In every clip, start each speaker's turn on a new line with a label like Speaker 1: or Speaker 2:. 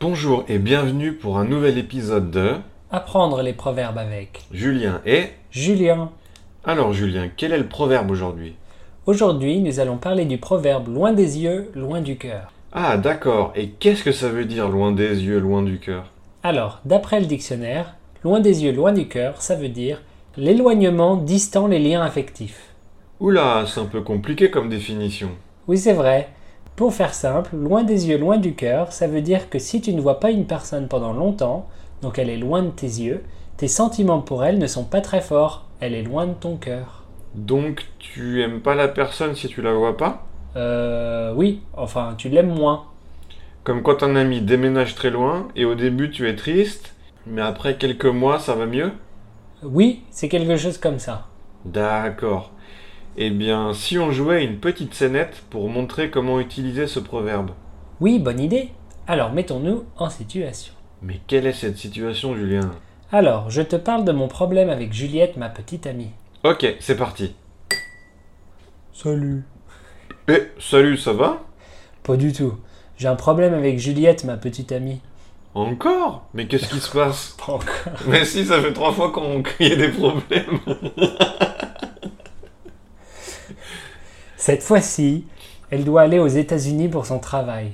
Speaker 1: Bonjour et bienvenue pour un nouvel épisode de
Speaker 2: Apprendre les proverbes avec
Speaker 1: Julien et...
Speaker 2: Julien.
Speaker 1: Alors Julien, quel est le proverbe aujourd'hui
Speaker 2: Aujourd'hui, nous allons parler du proverbe loin des yeux, loin du cœur.
Speaker 1: Ah d'accord, et qu'est-ce que ça veut dire loin des yeux, loin du cœur
Speaker 2: Alors, d'après le dictionnaire, loin des yeux, loin du cœur, ça veut dire l'éloignement distant les liens affectifs.
Speaker 1: Oula, c'est un peu compliqué comme définition.
Speaker 2: Oui, c'est vrai. Pour faire simple, loin des yeux, loin du cœur, ça veut dire que si tu ne vois pas une personne pendant longtemps, donc elle est loin de tes yeux, tes sentiments pour elle ne sont pas très forts, elle est loin de ton cœur.
Speaker 1: Donc tu aimes pas la personne si tu la vois pas
Speaker 2: Euh, oui, enfin, tu l'aimes moins.
Speaker 1: Comme quand un ami déménage très loin et au début tu es triste, mais après quelques mois ça va mieux
Speaker 2: Oui, c'est quelque chose comme ça.
Speaker 1: D'accord. Eh bien, si on jouait une petite scénette pour montrer comment utiliser ce proverbe.
Speaker 2: Oui, bonne idée. Alors, mettons-nous en situation.
Speaker 1: Mais quelle est cette situation Julien
Speaker 2: Alors, je te parle de mon problème avec Juliette, ma petite amie.
Speaker 1: Ok, c'est parti.
Speaker 2: Salut.
Speaker 1: Eh, salut, ça va
Speaker 2: Pas du tout. J'ai un problème avec Juliette, ma petite amie.
Speaker 1: Encore Mais qu'est-ce qui se passe
Speaker 2: Pas encore.
Speaker 1: Mais si, ça fait trois fois qu'on criait des problèmes.
Speaker 2: Cette fois-ci, elle doit aller aux États-Unis pour son travail.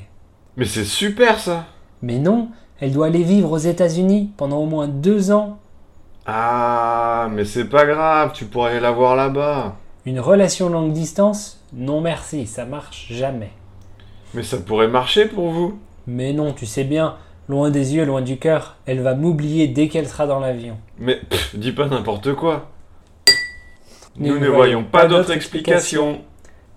Speaker 1: Mais c'est super ça
Speaker 2: Mais non, elle doit aller vivre aux États-Unis pendant au moins deux ans.
Speaker 1: Ah, mais c'est pas grave, tu pourrais aller la voir là-bas.
Speaker 2: Une relation longue distance Non merci, ça marche jamais.
Speaker 1: Mais ça pourrait marcher pour vous.
Speaker 2: Mais non, tu sais bien, loin des yeux, loin du cœur, elle va m'oublier dès qu'elle sera dans l'avion.
Speaker 1: Mais pff, dis pas n'importe quoi. Nous, ne voyons pas d'autre explication.